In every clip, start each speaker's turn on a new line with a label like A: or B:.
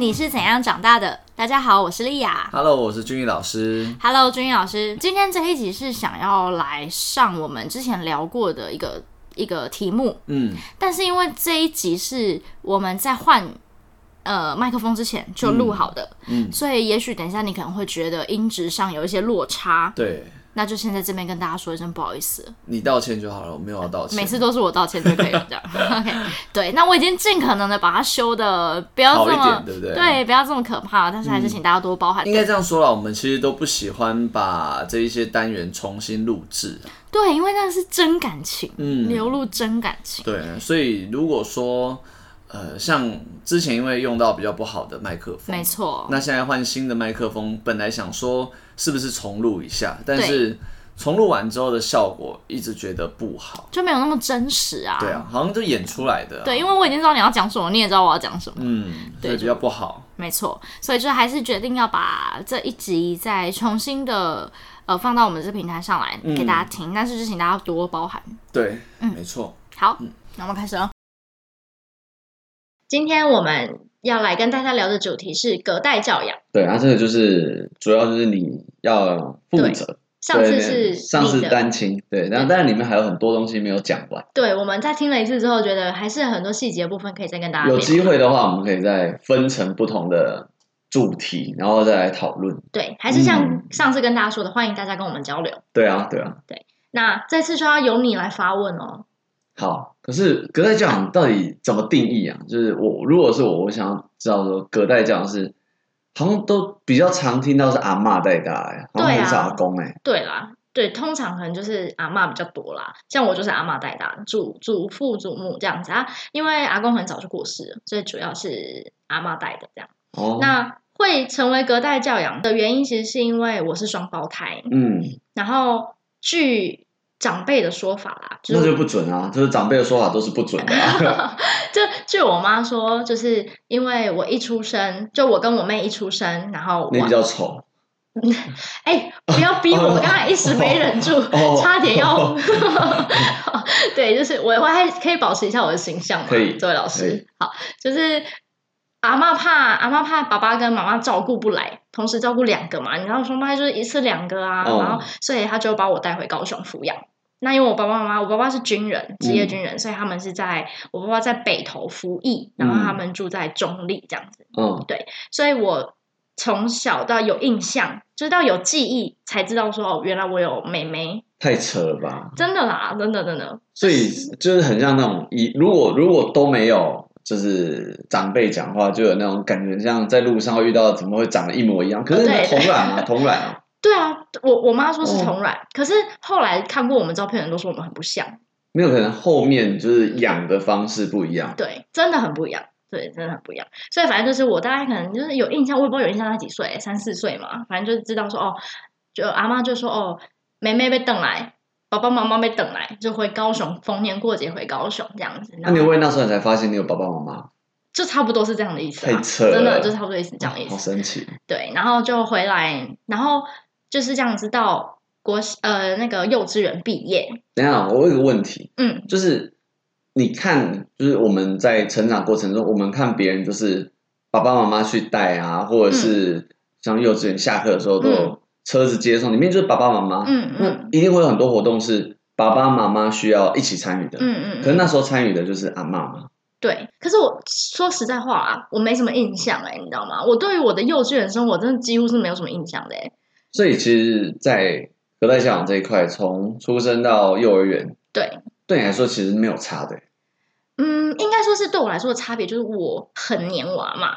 A: 你是怎样长大的？大家好，我是丽雅。
B: Hello，我是俊逸老师。
A: Hello，君老师，今天这一集是想要来上我们之前聊过的一个一个题目，
B: 嗯，
A: 但是因为这一集是我们在换呃麦克风之前就录好的，
B: 嗯
A: 所以也许等一下你可能会觉得音质上有一些落差，
B: 对
A: 那就先在这边跟大家说一声不好意思了。
B: 你道歉就好了，我没有要道歉。
A: 每次都是我道歉就可以了，这样。OK，对， 那我已经尽可能的把它修的不要这
B: 好一
A: 么
B: 点对不对
A: 不要这么可怕，但是还是请大家多包涵。
B: 应该这样说啦，我们其实都不喜欢把这一些单元重新录制。啊
A: 对，因为那个是真感情，
B: 嗯
A: 流露真感情。
B: 对，所以如果说呃，像之前因为用到比较不好的麦克风，
A: 没错，
B: 那现在换新的麦克风，本来想说是不是重录一下，但是重录完之后的效果一直觉得不好。
A: 就没有那么真实啊。
B: 对啊，好像就演出来的、啊
A: 对，，因为我已经知道你要讲什么，你也知道我要讲什么，
B: 嗯，
A: 对
B: 对，比较不好。
A: 没错，所以就还是决定要把这一集再重新的呃放到我们这平台上来给大家听，但是就请大家多包涵。
B: 对，
A: 嗯
B: 没错。
A: 好，那我们开始哦。今天我们要来跟大家聊的主题是隔代教养。
C: 对，它这个就是主要就是你要负
A: 对
C: 责。
A: 上次
C: 对
A: 是
C: 上次
A: 你的，
C: 单亲，对，然后但是里面还有很多东西没有讲完，
A: 对，我们在听了一次之后，觉得还是很多细节部分可以再跟大家
C: 有
A: 聊。
C: 机会的话，我们可以再分成不同的主题，然后再来讨论。
A: 对，还是像
C: 嗯
A: 上次跟大家说的，欢迎大家跟我们交流。
C: 对啊，对啊，
A: 那这次就要由你来发问哦。
C: 好。可是隔代教养到底怎么定义啊？就是我如果是我，我想要知道说隔代教养是，好像都比较常听到是阿嬷带大、欸，好像
A: 对啊
C: 很少阿公哎、
A: 对啦，对，通常可能就是阿嬷比较多啦，像我就是阿嬷带大的，祖祖父祖母这样子啊。因为阿公很早就过世了，所以主要是阿嬷带的这样。
C: 哦，
A: 那会成为隔代教养的原因，其实是因为我是双胞胎，
C: 嗯，
A: 然后据长辈的说法啦，
C: 那
A: 是
C: 就不准啊，就是长辈的说法都是不准 的、啊。
A: 就据我妈说，就是因为我一出生，就我跟我妹一出生，然后
C: 你比
A: 我
C: 较丑，
A: 哎、不要逼我，我刚才一时没忍住，
C: 哦
A: 差点要。 对，就是我我还可以保持一下我的形象嘛，
C: 可以
A: 这位老
C: 可
A: 师，好，就是阿妈怕阿妈怕爸爸跟妈妈照顾不来，同时照顾两个嘛，你知道双胞胎就是一次两个啊，
C: 哦
A: 然后所以他就把我带回高雄抚养。那因为我爸爸妈妈，我爸爸是军人，职
C: 嗯
A: 业军人，所以他们是在我爸爸在北投服役，然后他
C: 嗯
A: 们住在中立这样子。
C: 嗯，
A: 所以我从小到有印象，就是到有记忆才知道说哦，原来我有妹妹，
C: 太扯了吧？
A: 真的啦，真的真的，
C: 所以就是很像那种以如果如果都没有就是长辈讲话，就有那种感觉，像在路上会遇到怎么会长得一模一样？可是
A: 对
C: 同卵啊，同卵啊，
A: 对啊，我我妈说
C: 哦
A: 是同卵，可是后来看过我们照片的人都说我们很不像，
C: 没有可能后面就是养的方式不一样。
A: 对，真的很不一样。对，真的很不一样。所以反正就是我大概可能就是有印象，我也不知道有印象她几岁，三四岁嘛，反正就是知道说哦，就阿妈就说哦，妹妹被等来，爸爸妈妈被等来，就回高雄，逢年过节回高雄这样子。
C: 那你会那时候你才发现你有爸爸妈妈，
A: 就差不多是这样的意思啊、
C: 太扯了哦
A: 真的就差不多意思这样的意
C: 好
A: 思。
C: 神奇。
A: 对，然后就回来，然后就是这样子到国呃那个幼稚园毕业，
C: 等一下，我有一个问题，
A: 嗯，
C: 就是你看，就是我们在成长过程中，我们看别人就是爸爸妈妈去带啊，或者是像幼稚园下课的时候都
A: 嗯
C: 有车子接送，里面就是爸爸妈妈，
A: 嗯
C: 那
A: 嗯
C: 一定会有很多活动是爸爸妈妈需要一起参与的。
A: 嗯嗯，
C: 可是那时候参与的就是阿嬷嘛，
A: 对。可是我说实在话啊，我没什么印象哎、你知道吗？我对于我的幼稚园生活真的几乎是没有什么印象的哎、
C: 所以其实，在隔代教养这一块，从出生到幼儿园，
A: 对，
C: 对你来说其实没有差的、欸
A: 嗯，应该说是对我来说的差别就是我很黏我阿妈，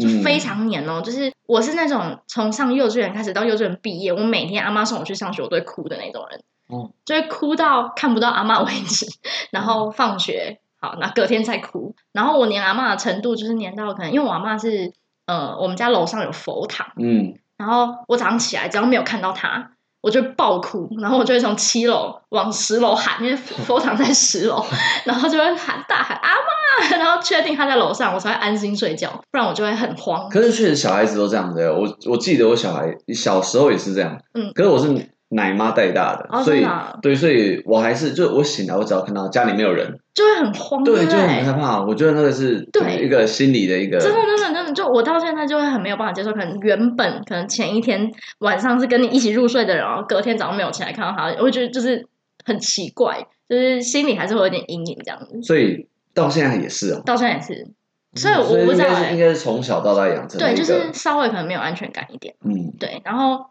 A: 就
C: 嗯
A: 非常黏哦，就是我是那种从上幼稚园开始到幼稚园毕业，我每天阿妈送我去上学，我都会哭的那种人，
C: 哦，
A: 就会哭到看不到阿妈为 止，然后放学好，那隔天再哭，然后我黏阿妈的程度就是黏到可能因为我阿妈是呃我们家楼上有佛堂，
C: 嗯，
A: 然后我早上起来只要没有看到她。我就会爆哭，然后我就会从七楼往十楼喊，因为佛堂在十 楼，然后就会喊大喊阿妈，然后确定她在楼上，我才会安心睡觉，不然我就会很慌。
C: 可是确实小孩子都这样子、欸，我我记得我小孩小时候也是这样，
A: 嗯
C: 可是我是奶妈带大的，
A: 哦
C: 所
A: 真
C: 以
A: 的啊
C: 对，所以我还是就我醒来，我只要看到家里没有人，
A: 就会很慌，
C: 对，
A: 不
C: 就很害怕。我觉得那个是
A: 哦对
C: 一个心理的一个，
A: 真的，真的，真的，就我到现在就会很没有办法接受。可能原本可能前一天晚上是跟你一起入睡的人，然后隔天早上没有起来看到他，我会觉得就是很奇怪，就是心里还是会有点阴影这样子。
C: 所以到现在也是哦。
A: 到现在也是，所以我
C: 嗯所以
A: 不
C: 应
A: 知道
C: 该是
A: 欸、
C: 应该是从小到大养成的
A: 对，
C: 一
A: 就
C: 个
A: 是稍微可能没有安全感一点。
C: 嗯
A: 对，然后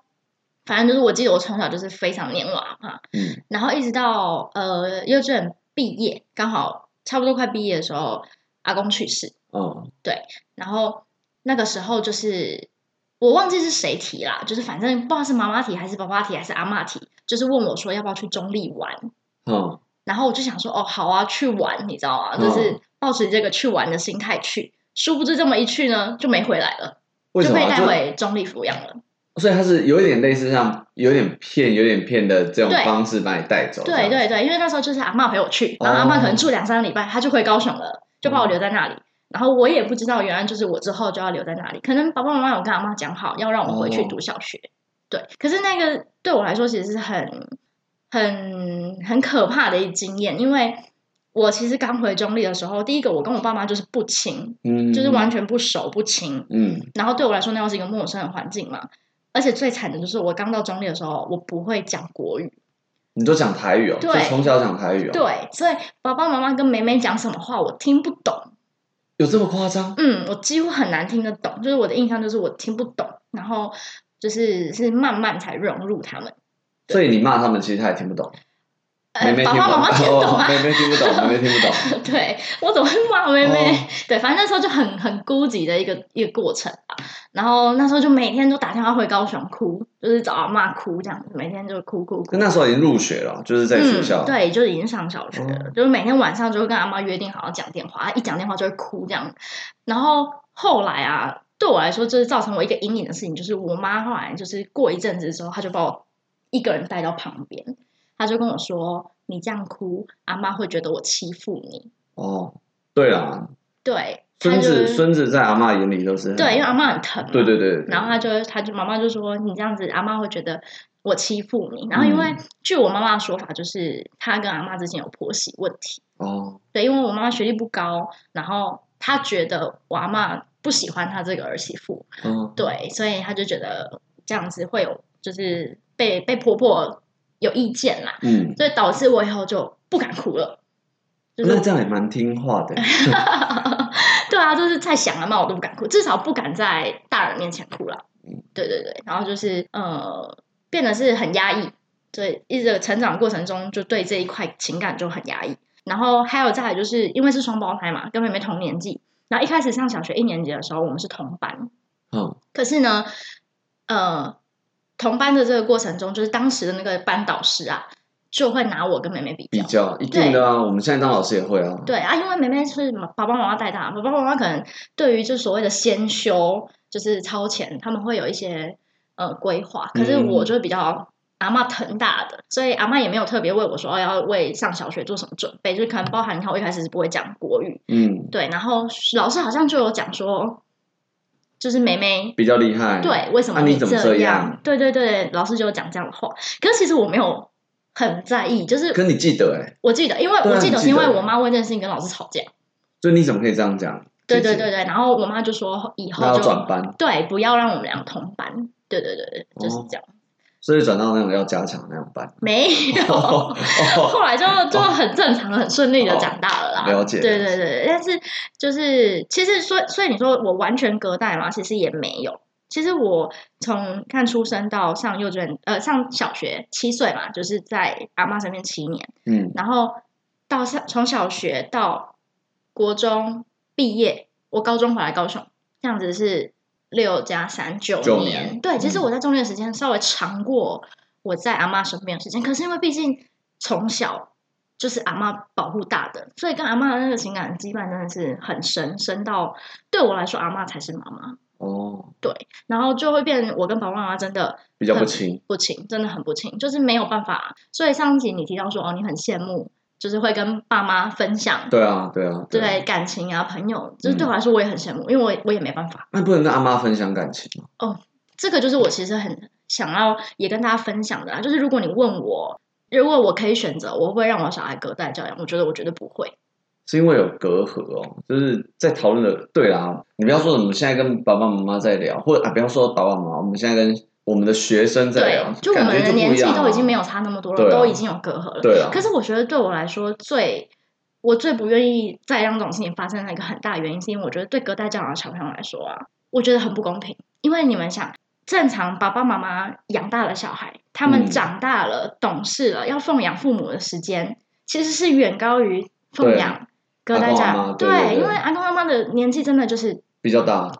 A: 反正就是我记得我从小就是非常黏我阿妈，
C: 嗯
A: 然后一直到呃幼稚园毕业，刚好差不多快毕业的时候，阿公去世，
C: 哦
A: 然后那个时候就是我忘记是谁提啦，就是反正不知道是妈妈提还是爸爸提还是阿妈提，就是问我说要不要去中立玩，
C: 哦
A: 然后我就想说哦好啊去玩，你知道吗？
C: 嗯
A: 就是抱持这个去玩的心态去，殊不知这么一去呢就没回来了，
C: 为
A: 就
C: 什么
A: 被带
C: 啊？
A: 回中立抚养了。
C: 就所以他是有一点类似像有点骗、有点骗的这种
A: 对
C: 方式把你带走。
A: 对
C: 这样哦
A: 对对，因为那时候就是阿嬷陪我去，然后阿嬷可能住两三个礼拜，她就回高雄了，就把我留在那里。然后我也不知道，原来就是我之后就要留在那里。可能爸爸妈妈有跟阿妈讲好，要让我回去
C: 哦
A: 读小学。对，可是那个对我来说其实是很、很、很可怕的一经验，因为我其实刚回中立的时候，第一个我跟我爸妈就是不亲，
C: 嗯，
A: 就是完全不熟不亲。
C: 嗯
A: 然后对我来说，那又是一个陌生的环境嘛。而且最惨的就是我刚到中立的时候，我不会讲国语，
C: 你都讲台语哦，就
A: 对
C: 从小讲台语哦，，
A: 对，所以爸爸妈妈跟梅梅讲什么话我听不懂，
C: 有这么夸张？
A: 嗯，我几乎很难听得懂，就是我的印象就是我听不懂，然后就是是慢慢才融入他们。
C: 所以你骂他们，其实他也听不懂，
A: 呃
C: 妹，妹
A: 爸
C: 听不
A: 爸妈妈听
C: 懂，
A: 得懂
C: 哦
A: 啊，
C: 妹妹听不 懂，妹妹听不懂，
A: 对我怎么会骂妹妹？
C: 哦
A: 对，反正那时候就很很孤寂的一个一个过程啊。然后那时候就每天都打电话回高雄哭，就是找阿妈哭这样子，每天就哭哭哭
C: 那。那时候已经入学了，就是在学校，
A: 嗯、，对，就已经上小学了，
C: 哦
A: 就是每天晚上就会跟阿妈约定好要讲电话，一讲电话就会哭这样。然后后来啊，对我来说，就是造成我一个阴影的事情，就是我妈后来就是过一阵子之后，她就把我一个人带到旁边，她就跟我说：“你这样哭，阿妈会觉得我欺负你。
C: 哦，对啦，”
A: 对，她就
C: 孙子孙子在阿妈眼里都是很
A: 对，因为阿妈很疼嘛，
C: 对对对，对
A: 然后他就他就妈妈就说你这样子，阿妈会觉得我欺负你。然后因为、
C: 嗯
A: 据我妈妈的说法，就是她跟阿妈之间有婆媳问题。
C: 哦，
A: 对，因为我妈妈学历不高，然后她觉得我阿妈不喜欢她这个儿媳妇，
C: 嗯，
A: 对，所以她就觉得这样子会有就是被被婆婆有意见啦，
C: 嗯，
A: 所以导致我以后就不敢哭了。就
C: 那
A: 是
C: 这样也蛮听话 的，
A: 对啊，就是在想阿妈我都不敢哭，至少不敢在大人面前哭了。对对对，然后就是呃，变得是很压抑，所以一直的成长过程中就对这一块情感就很压抑。然后还有再来就是因为是双胞胎嘛，跟妹妹同年纪，然后一开始上小学一年级的时候我们是同班，
C: 嗯，
A: 可是呢，呃，同班的这个过程中，就是当时的那个班导师啊，就会拿我跟妹妹比
C: 比
A: 较。
C: 较一定的啊，我们现在当老师也会啊，
A: 对啊，因为梅梅是爸爸妈妈带大，爸爸妈妈可能对于就所谓的先修，就是超前，他们会有一些呃规划。可是
C: 嗯
A: 我就是比较阿嬷疼大的，所以阿嬷也没有特别为我说哦要为上小学做什么准备，就是可能包含你看我一开始是不会讲国语，
C: 嗯，
A: 对，然后老师好像就有讲说，就是梅梅。
C: 比较厉害，
A: 对，为什么
C: 啊你怎么
A: 这
C: 这样
A: 对对对，老师就有讲这样的话。可是其实我没有很在意，就是
C: 可你记得哎，
A: 我记得，因为
C: 对啊
A: 我记
C: 你
A: 得
C: 记
A: 是因为
C: 得
A: 我妈为这件事情跟老师吵架。
C: 就你怎么可以这样讲？
A: 对
C: 其
A: 对
C: 实
A: 对，对，然后我妈就说以
C: 那
A: 后
C: 要
A: 就
C: 转班，
A: 对不要让我们俩同班，对对对对，就是
C: 哦
A: 这样，
C: 所以转到那种要加强那种班，
A: 没有，
C: 哦哦
A: 后来就就很正常的、很顺利的长大了啦。
C: 了解，
A: 对对对，但是就是其实说，所以你说我完全隔代嘛，其实也没有。其实我从看出生到上幼稚园，呃，上小学七岁嘛，就是在阿妈身边七年，
C: 嗯，
A: 然后到上从小学到国中毕业，我高中回来高雄，这样子是六加三九
C: 九
A: 年。
C: 年
A: 对，其实
C: 嗯
A: 我在中间的时间稍微长过我在阿妈身边的时间，可是因为毕竟从小就是阿妈保护大的，所以跟阿妈的那个情感羁绊真的是很深，深到对我来说，阿妈才是妈妈。
C: 哦，
A: 然后就会变成我跟爸爸妈妈真的
C: 比较不
A: 很
C: 亲，
A: 不亲，真的很不亲，就是没有办法。所以上一集你提到说，哦，你很羡慕，就是会跟爸妈分享
C: 对啊，对啊，
A: 对
C: 啊。
A: 感情啊、朋友，就是
C: 嗯
A: 对我来说我也很羡慕，因为我也我也没办法。
C: 那不能跟阿妈分享感情吗？
A: 这个就是我其实很想要也跟大家分享的啊，就是如果你问我，如果我可以选择，我会不会让我小孩隔代教养？我觉得我绝对不会。
C: 是因为有隔阂哦，就是在讨论的。对啦，你不要说我们现在跟爸爸妈妈在聊，或者啊，不要说爸爸妈妈，我们现在跟我们的学生在
A: 对
C: 聊，，
A: 就我
C: 啊感
A: 们
C: 觉
A: 的
C: 不
A: 年
C: 一
A: 纪
C: 样
A: 都
C: 啊
A: 已经没有差那么多
C: 对
A: 了，
C: 啊
A: 都已经有隔阂了。
C: 对啊，
A: 可是我觉得对我来说，最我最不愿意再让这种事情发生的一个很大原因，是因为我觉得对隔代教养的小朋友来说啊，我觉得很不公平。因为你们想，正常爸爸妈妈养大了小孩，他们
C: 嗯
A: 长大了、懂事了，要奉养父母的时间，其实是远高于奉
C: 对
A: 养隔代
C: 阿公
A: 教
C: 阿
A: 养。
C: 嬷对对对
A: 因为阿公阿妈的年纪真的就是
C: 比较大，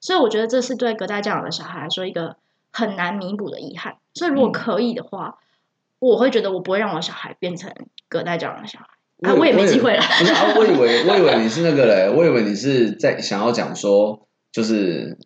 A: 所以我觉得这是对隔代教养的小孩来说一个很难弥补的遗憾。所以如
C: 嗯
A: 果可以的话，我会觉得我不会让我小孩变成隔代教养的小孩。啊，
C: 以
A: 我也没机会了。
C: 不是啊，我以为我以为你是那个嘞，我以为你是在想要讲说，就是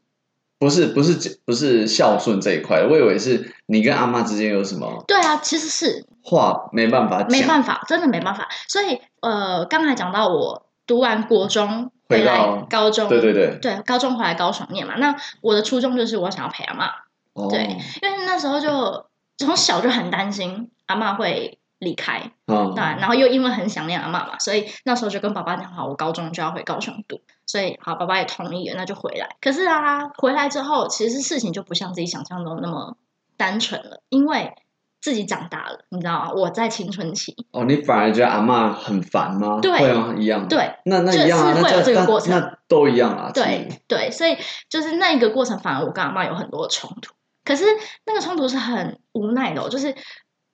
C: 不是不是不是孝顺这一块，我以为是你跟阿妈之间有什么
A: 对啊，其实是
C: 话没办法讲，
A: 没办法，真的没办法。所以呃，刚才讲到我读完国中
C: 回
A: 回
C: 到
A: 来高中，
C: 对对对，
A: 对高中回来高雄念嘛。那我的初衷就是我想要陪阿妈，
C: 哦
A: 对因为那时候就从小就很担心阿妈会离开，
C: 嗯，
A: 对，然后又因为很想念阿妈嘛，所以那时候就跟爸爸讲好，我高中就要回高雄读，所以好，爸爸也同意了，那就回来。可是啊，回来之后，其实事情就不像自己想象中那么单纯了，因为自己长大了，你知道吗？我在青春期，
C: 哦，你反而觉得阿妈很烦吗？
A: 对
C: 会吗？一样，，
A: 对
C: 那那
A: 就是
C: 一样啊，那
A: 会有这个
C: 那
A: 过程
C: 那都一样啊，
A: 对
C: 其实，
A: 对，所以就是那一个过程，反而我跟阿妈有很多的冲突。可是那个冲突是很无奈的哦、就是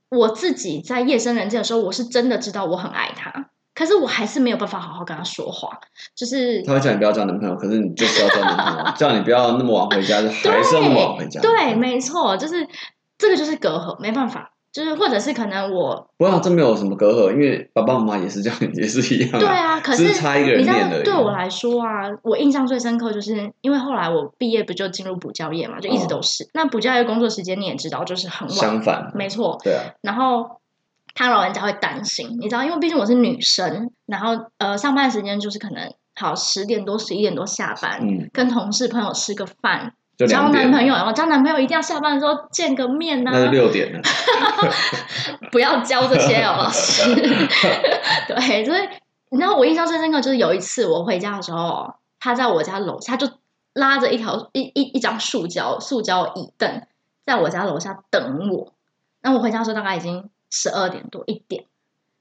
A: 我自己在夜深人静的时候，我是真的知道我很爱他，可是我还是没有办法好好跟他说话，就是
C: 他会叫你不要交男朋友，可是你就是要交男朋 友，叫你不要那么晚回家，就还是要那么晚回家，
A: 对，没错，就是这个就是隔阂，没办法，就是或者是可能我
C: 不过这没有什么隔阂，因为爸爸妈妈也是这样，也是一样、
A: 对啊，可是
C: 嗯只是差一个人
A: 你知道
C: 念而已
A: 对我来说啊，我印象最深刻就是因为后来我毕业不就进入补教业嘛，就一直都是。那补教业工作时间你也知道，就是很晚，
C: 嗯相反，
A: 没错，
C: 对啊，
A: 然后他老人家会担心，你知道，因为毕竟我是女生，然后呃，上班时间就是可能好十点多、十一点多下班，
C: 嗯，
A: 跟同事朋友吃个饭，
C: 就
A: 交
C: 两点，
A: 男朋友，然后交男朋友一定要下班的时候见个面啊呐、
C: 那就六点了，
A: 不要教这些哦，老师。对，所以你知道我印象最深刻就是有一次我回家的时候，他在我家楼下就拉着一条一一一张塑胶塑胶椅凳，在我家楼下等我。那我回家的时候大概已经十二点多一点，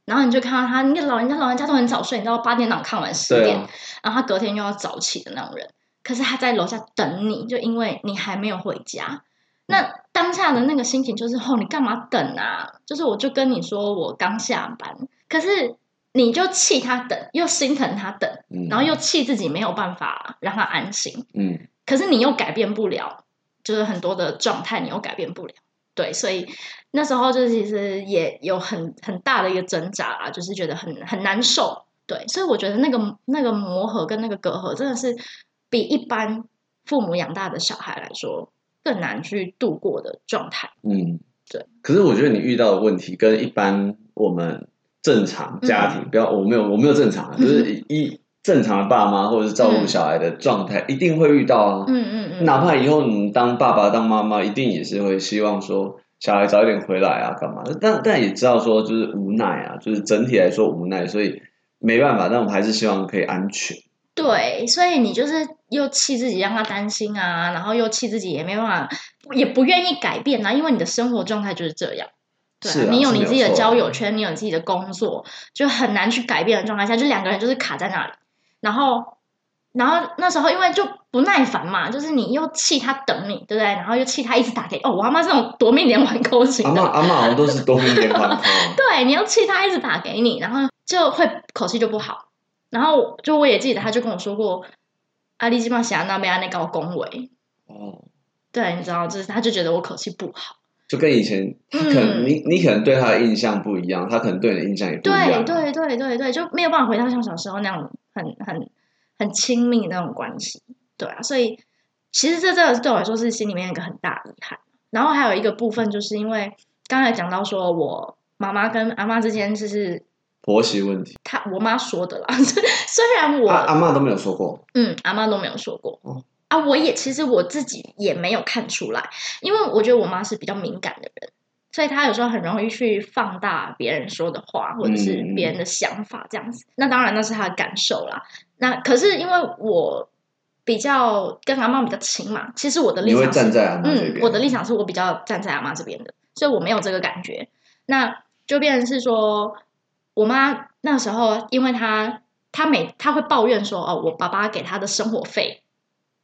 A: 然后你就看到他，那个老人家老人家都很早睡，你知道八点档看完十
C: 对
A: 点，
C: 啊，
A: 然后他隔天又要早起的那种人，可是他在楼下等你，就因为你还没有回家。那当下的那个心情就是，哦，你干嘛等啊？就是我就跟你说我刚下班，可是你就气他等，又心疼他等，
C: 嗯，
A: 然后又气自己没有办法让他安心，
C: 嗯，
A: 可是你又改变不了，就是很多的状态你又改变不了。对，所以那时候就是其实也有很很大的一个挣扎啊，就是觉得很很难受。对，所以我觉得那个那个磨合跟那个隔阂，真的是比一般父母养大的小孩来说更难去度过的状态。
C: 嗯，
A: 对。
C: 可是我觉得你遇到的问题跟一般我们正常家
A: 嗯
C: 庭，不要我没有我没有正常啊，就是一一正常的爸妈或者是照顾小孩的状态，一定会遇到啊，
A: 嗯嗯嗯，
C: 哪怕以后你当爸爸当妈妈，一定也是会希望说小孩早一点回来啊，干嘛的？但但也知道说就是无奈啊，就是整体来说无奈，所以没办法。但我们还是希望可以安全。
A: 对，所以你就是又气自己让他担心啊，然后又气自己也没办法，也不愿意改变啊，因为你的生活状态就是这样。对、
C: 是啊
A: 你有
C: 是
A: 你
C: 没
A: 自己
C: 有
A: 的
C: 错
A: 交
C: 啊
A: 友圈，你有你自己的工作，就很难去改变的状态下，就两个人就是卡在那里。然后，然后那时候因为就不耐烦嘛，就是你又气他等你，对不对？然后又气他一直打给哦，我阿妈这种夺命连环扣型
C: 阿
A: 的
C: 妈，阿妈好像都是多面连环扣，
A: 对，你要气他一直打给你，然后就会口气就不好。然后就我也记得，他就跟我说过，阿丽基玛霞那边安内搞恭维，
C: 哦，
A: 对，你知道，就是他就觉得我口气不好。
C: 就跟以前他可
A: 嗯
C: 能、你你可能对他的印象不一样，他可能对你的印象也不一样、啊
A: 对对对对对，就没有办法回到像小时候那样很很很亲密那种关系，对啊，所以其实这真的是对我来说是心里面一个很大的遗憾。然后还有一个部分，就是因为刚才讲到说我妈妈跟阿妈之间，就是
C: 婆媳问题，
A: 她我妈说的啦，虽然我、
C: 阿阿妈都没有说过，
A: 嗯，阿妈都没有说过
C: 哦。
A: 啊，我也其实我自己也没有看出来，因为我觉得我妈是比较敏感的人，所以她有时候很容易去放大别人说的话或者是
C: 嗯
A: 别人的想法这样子。那当然那是她的感受啦。那可是因为我比较跟阿妈比较亲嘛，其实我的立
C: 你会
A: 场是
C: 站在阿妈这边、
A: 嗯，我的立场是我比较站在阿妈这边的，所以我没有这个感觉。那就变成是说，我妈那时候，因为她她每她会抱怨说，哦，我爸爸给她的生活费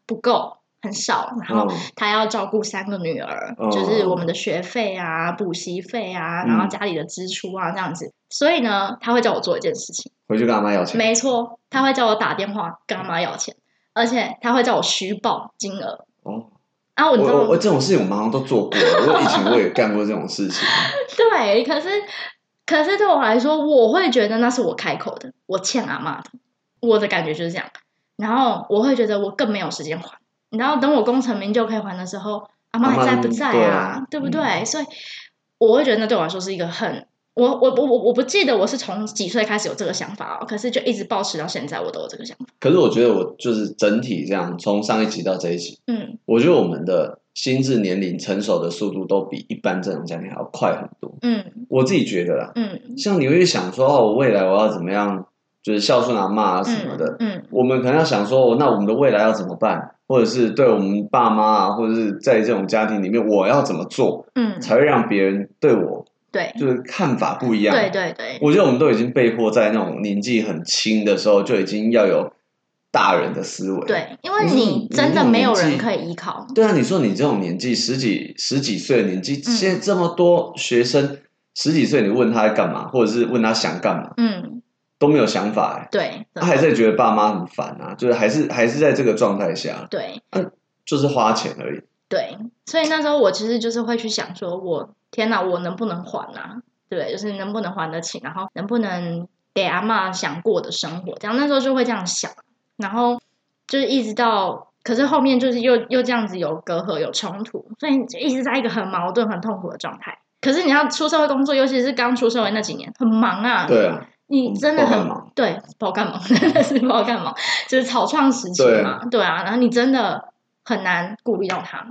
A: 不够，很少，然后
C: 嗯
A: 她要照顾三个女儿，
C: 哦
A: 就是我们的学费啊、补习费啊，
C: 嗯
A: 然后家里的支出啊这样子。所以呢，她会叫我做一件事情，
C: 回去跟阿妈要钱。
A: 没错，她会叫我打电话跟阿妈要钱，而且她会叫我虚报金额。
C: 哦，
A: 然后
C: 我
A: 你知道
C: 我
A: 吗
C: 我？这种事情我妈妈都做过，我以前我也干过这种事情。
A: 对，可是可是对我来说，我会觉得那是我开口的，我欠阿妈的，我的感觉就是这样。然后我会觉得我更没有时间还，然后等我功成名就可以还的时候，阿妈
C: 阿
A: 还
C: 嬷
A: 在不在
C: 对
A: 啊
C: 啊？
A: 对不对？所以我会觉得那对我来说是一个很。我我我我我不记得我是从几岁开始有这个想法哦，可是就一直保持到现在，我都有这个想法。
C: 可是我觉得我就是整体这样，从上一集到这一集，
A: 嗯
C: 我觉得我们的心智年龄成熟的速度都比一般正常家庭还要快很多。
A: 嗯
C: 我自己觉得啦，
A: 嗯，
C: 像你会想说哦，我未来我要怎么样，就是孝顺阿妈啊什么的。
A: 嗯
C: 我们可能要想说，哦那我们的未来要怎么办，或者是对我们爸妈啊，或者是在这种家庭里面，我要怎么做，
A: 嗯，
C: 才会让别人对我
A: 对
C: 就是看法不一样。
A: 对对对，
C: 我觉得我们都已经被迫在那种年纪很轻的时候，就已经要有大人的思维。
A: 对，因为
C: 我是
A: 你真的
C: 你
A: 没有
C: 年
A: 人
C: 纪
A: 可以依靠，
C: 对啊，你说你这种年纪十几十几岁的年纪，
A: 嗯
C: 现在这么多学生十几岁，你问他在干嘛，或者是问他想干嘛，
A: 嗯，
C: 都没有想法、欸，
A: 对，真
C: 他
A: 的
C: 还在觉得爸妈很烦啊，就是还是还是在这个状态下，
A: 对
C: 就是花钱而已。
A: 对，所以那时候我其实就是会去想说我，天哪，我能不能还啊？对，就是能不能还得起，然后能不能给阿嬷想过的生活？这样那时候就会这样想，然后就是一直到，可是后面就是又又这样子有隔阂有冲突，所以就一直在一个很矛盾很痛苦的状态。可是你要出社会工作，尤其是刚出社会那几年，很忙啊。
C: 对啊，
A: 你真的
C: 不好
A: 很
C: 干嘛
A: 对，不好干嘛， 真的是不好干嘛，就是草创时期嘛，对啊，然后你真的很难顾虑到他，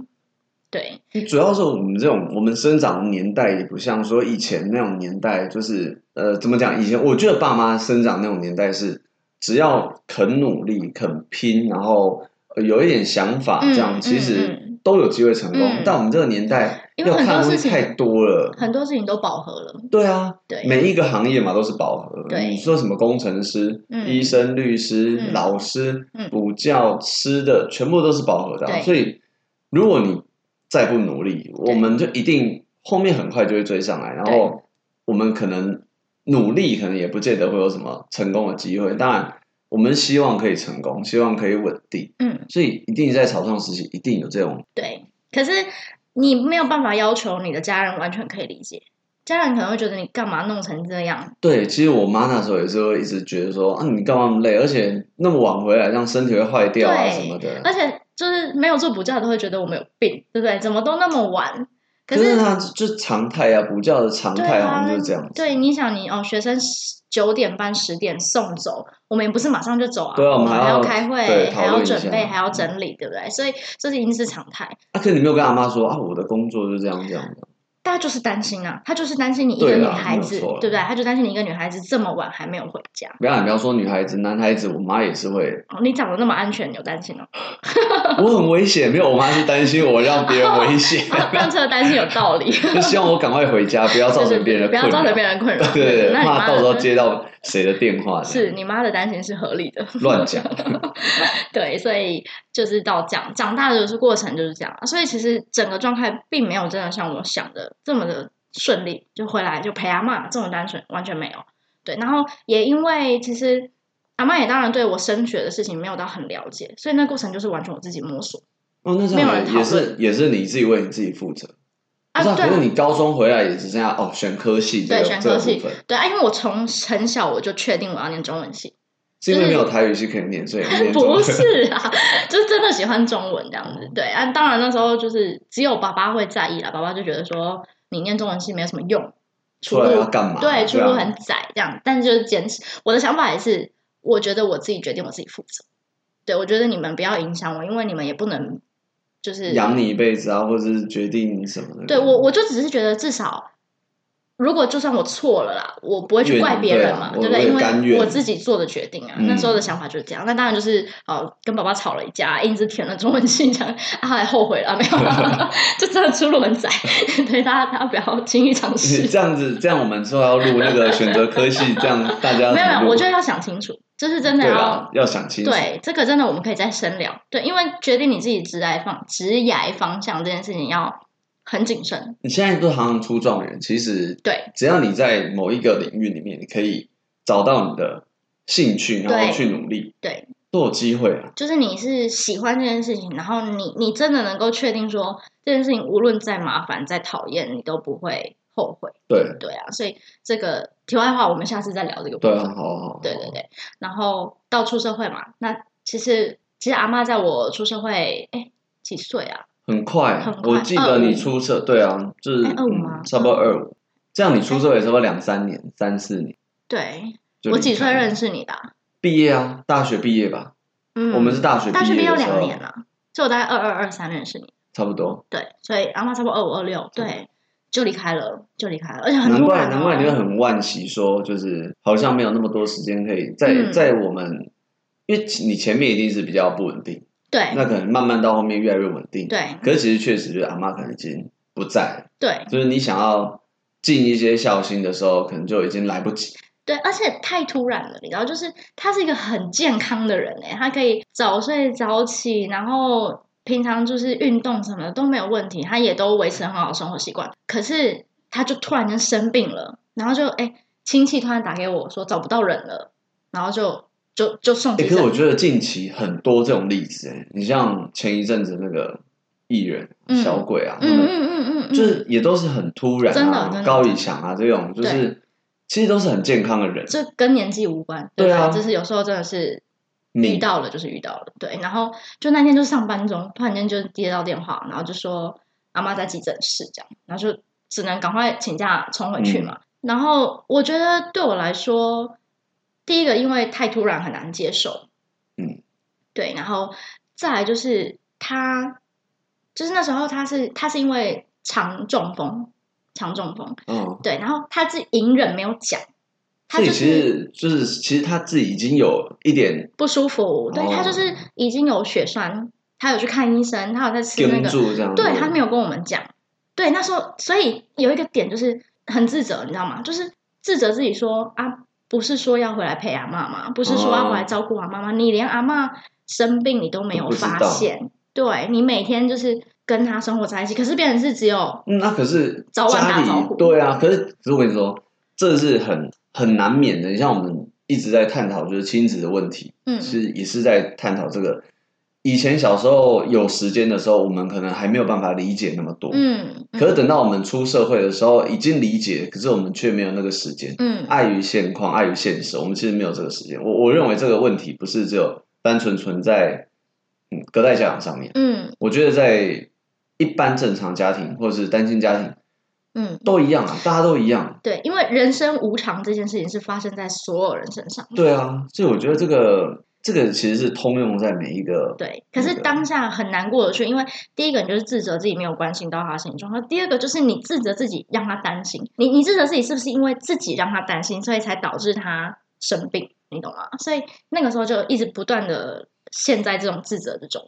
A: 对，
C: 主要是我们这种我们生长的年代也不像说以前那种年代，就是呃怎么讲？以前我觉得爸妈生长那种年代是只要肯努力、肯拼，然后呃有一点想法，
A: 嗯
C: 啊这样其
A: 嗯
C: 实
A: 嗯
C: 都有机会成功。
A: 嗯
C: 但我们这个年代
A: 因为
C: 要
A: 很
C: 看
A: 多
C: 的东
A: 事
C: 西
A: 情
C: 太多了。
A: 嗯很多事情都饱和了，
C: 对啊，
A: 对，
C: 每一个行业嘛都是饱和。
A: 对
C: 你说什么工程师、
A: 嗯
C: 医生、律师、
A: 嗯
C: 老师、
A: 嗯
C: 补教、吃的，全部都是饱和的啊、
A: 对
C: 所以，如果你再不努力，我们就一定后面很快就会追上来。然
A: 对
C: 后，我们可能努力，可能也不见得会有什么成功的机会。当然，我们希望可以成功，希望可以稳定。
A: 嗯，
C: 所以，一定在草创时期，一定有这种
A: 对，可是你没有办法要求你的家人完全可以理解，家人可能会觉得你干嘛弄成这样，
C: 对，其实我妈那时候也是会一直觉得说啊，你干嘛那么累，而且那么晚回来，让身体会坏掉啊
A: 对
C: 什么的。
A: 而且就是没有做补教都会觉得我们有病，对不对？怎么都那么晚，可
C: 就是她就是常态啊，补教的常
A: 对
C: 态好
A: 啊
C: 像，就是这样子。
A: 对，你想你哦，学生九点半十点送走，我们也不是马上就走啊，
C: 对啊我
A: 们
C: 们还
A: 要
C: 要
A: 开会，
C: 对讨
A: 还要
C: 论一
A: 准
C: 下
A: 备，还要整理，对不对？所以这是已经是常态。
C: 啊，可是你没有跟阿妈说啊，我的工作就这样这样的。
A: 大家就是担心啊，他就是担心你一个
C: 对
A: 女
C: 啦
A: 孩
C: 没有
A: 子，
C: 错啦
A: 对不对？他就担心你一个女孩子这么晚还没有回家。
C: 不要你不要说女孩子，男孩子，我妈也是会，
A: 哦，你长得那么安全，你有担心哦？
C: 我很危险，没有，我妈是担心我让别人危险，
A: 让这个担心有道理，
C: 就希望我赶快回家，不要 造
A: 就是
C: 成别人
A: 不
C: 的
A: 要
C: 困
A: 造成
C: 扰。
A: 别人困扰。
C: 对对，
A: 那你
C: 怕
A: 妈
C: 到时候
A: 的
C: 接到谁的电话，
A: 是你妈的担心是合理的。
C: 乱讲。
A: 对，所以就是到长长大的过程就是这样，所以其实整个状态并没有真的像我想的这么的顺利，就回来就陪阿嬷这么单纯，完全没有。对，然后也因为其实阿嬷也当然对我升学的事情没有到很了解，所以那过程就是完全我自己摸索
C: 哦，那这
A: 没有人
C: 样
A: 讨
C: 也
A: 论
C: 是也是你自己为你自己负责。
A: 啊，
C: 不是、
A: 对
C: 可是
A: 啊
C: 你高中回来也只剩下哦，选科系这
A: 对
C: 个
A: 选
C: 这个
A: 科
C: 部
A: 系
C: 分，
A: 对啊，因为我从很小我就确定我要念中文系，
C: 是因
A: 就
C: 为
A: 是
C: 没有台语系可以念，所以念中
A: 不
C: 文
A: 是啊，就是真的喜欢中文这样子。对啊，当然那时候就是只有爸爸会在意啦，爸爸就觉得说你念中文系没有什么用，出
C: 出来
A: 路
C: 要干嘛？
A: 对出
C: 啊
A: 路很窄这样，但是就是坚持。我的想法也是，我觉得我自己决定，我自己负责。对我觉得你们不要影响我，因为你们也不能就是
C: 养你一辈子啊，或者是决定你什么的。
A: 对我，我就只是觉得至少，如果就算我错了啦，我不会去怪别人嘛，
C: 愿
A: 对
C: 对啊
A: 不
C: 我我也甘
A: 因为
C: 愿
A: 我自己做的决定啊，
C: 嗯
A: 那时候的想法就是这样。那当然就是呃，跟爸爸吵了一架，硬是填了中文系，这样啊，还后悔了、没有啦？ 就真的出了文仔， 对大家大家不要轻易尝试
C: 你。 这样子，这样我们之后要录那个选择科系，这样大家要
A: 没有没
C: 怎么
A: 有，
C: 录
A: 我觉得要想清楚，就是真的
C: 对
A: 要
C: 啦，要想清楚。
A: 对，这个真的我们可以再深聊。对，因为决定你自己职涯方职涯方向这件事情要很谨慎。
C: 你现在都行行出状元，其实
A: 对
C: 只要你在某一个领域里面，你可以找到你的兴趣，然
A: 对
C: 后去努力，
A: 对，
C: 都有机会啊。
A: 就是你是喜欢这件事情，然后你你真的能够确定说这件事情无论再麻烦再讨厌，你都不会后悔。
C: 对
A: 对啊，所以这个题外话，我们下次再聊这个部
C: 对
A: 分。
C: 啊，好好好，
A: 对对对，然后到出社会嘛，那其实其实阿妈在我出社会，哎几岁啊？
C: 很快，
A: 很快
C: 我记得你出社，对啊，就是、
A: 哎25吗
C: 嗯差不多二五，这样你出社会差不多两三年、三四年。
A: 对，
C: 就
A: 我
C: 离
A: 几岁
C: 开了
A: 认识你的啊、
C: 毕业啊？大学毕业吧，
A: 嗯，
C: 我们是大学
A: 大学
C: 毕
A: 毕业有
C: 的时
A: 两
C: 候，
A: 年啊了，所以我大概二二二三认识你，
C: 差不多。
A: 对，所以阿妈差不多二五二六，对，就离开了，就离开了，而且很
C: 难
A: 突
C: 怪
A: 然、哦，
C: 难怪你会很惋惜，说就是好像没有那么多时间可以在、
A: 嗯
C: 在我们，因为你前面一定是比较不稳定，
A: 对
C: 那可能慢慢到后面越来越稳定。，
A: 对
C: 可是其实确实就是阿妈可能已经不在了，
A: 对
C: 就是你想要尽一些孝心的时候，可能就已经来不及。
A: 对，而且太突然了，你知道，就是他是一个很健康的人哎、他可以早睡早起，然后平常就是运动什么的都没有问题，他也都维持很好的生活习惯，可是他就突然间生病了，然后就哎、亲戚突然打给我说找不到人了，然后就就就送
C: 哎、
A: 急
C: 可是
A: 诊
C: 我觉得近期很多这种例子、哎，你像前一阵子那个艺人、
A: 嗯
C: 小鬼啊，他
A: 嗯
C: 们
A: 嗯嗯嗯，嗯
C: 就是也都是很突然
A: 真的
C: 啊
A: 真的，
C: 高以翔啊这种，就
A: 对
C: 是其实都是很健康的人。
A: 这跟年纪无关，对吧
C: 对啊
A: 就是有时候真的是遇
C: 你
A: 到了就是遇到了，对。然后就那天就上班中，突然间就接到电话，然后就说阿妈在急诊室这样，然后就只能赶快请假冲回去
C: 嗯
A: 嘛。然后我觉得对我来说，第一个因为太突然很难接受，
C: 嗯，
A: 对。然后再来就是他，就是那时候他是他是因为肠中风，肠中风，
C: 嗯，
A: 对。然后他是隐忍没有讲，他
C: 自
A: 就
C: 己
A: 是
C: 其实就是其实他自己已经有一点
A: 不舒服，对、他就是
C: 哦
A: 已经有血栓，他有去看医生，他有在吃那
C: 跟
A: 个，
C: 住这样子，
A: 对他没有跟我们讲。对，那时候所以有一个点就是很自责，你知道吗？就是自责自己说啊，不是说要回来陪阿妈吗？不是说要回来照顾阿妈吗？你连阿妈生病你都没有
C: 哦都不知
A: 发
C: 道
A: 现，对你每天就是跟他生活在一起，可是变成是只有
C: 嗯，那可是
A: 早晚打
C: 家里
A: 招呼
C: 对啊，可是可是我跟你说，这是很很难免的。你像我们一直在探讨就是亲子的问题，
A: 嗯，
C: 是也是在探讨这个。以前小时候有时间的时候，我们可能还没有办法理解那么多，
A: 嗯，
C: 可是等到我们出社会的时候，已经理解，可是我们却没有那个时间。
A: 嗯
C: 碍于现况，碍于现实，我们其实没有这个时间。我我认为这个问题不是只有单纯存在嗯隔代教养上面，
A: 嗯
C: 我觉得在一般正常家庭或者是单亲家庭
A: 嗯，
C: 都一样啊，大家都一样。
A: 对，因为人生无常这件事情是发生在所有人身上的，
C: 对啊，所以我觉得这个这个其实是通用在每一个
A: 对，可是
C: 那个
A: 当下很难过得去，因为第一个你就是自责自己没有关心到他的心状况，第二个就是你自责自己让他担心，你你自责自己是不是因为自己让他担心，所以才导致他生病，你懂吗？所以那个时候就一直不断的陷在这种自责之中。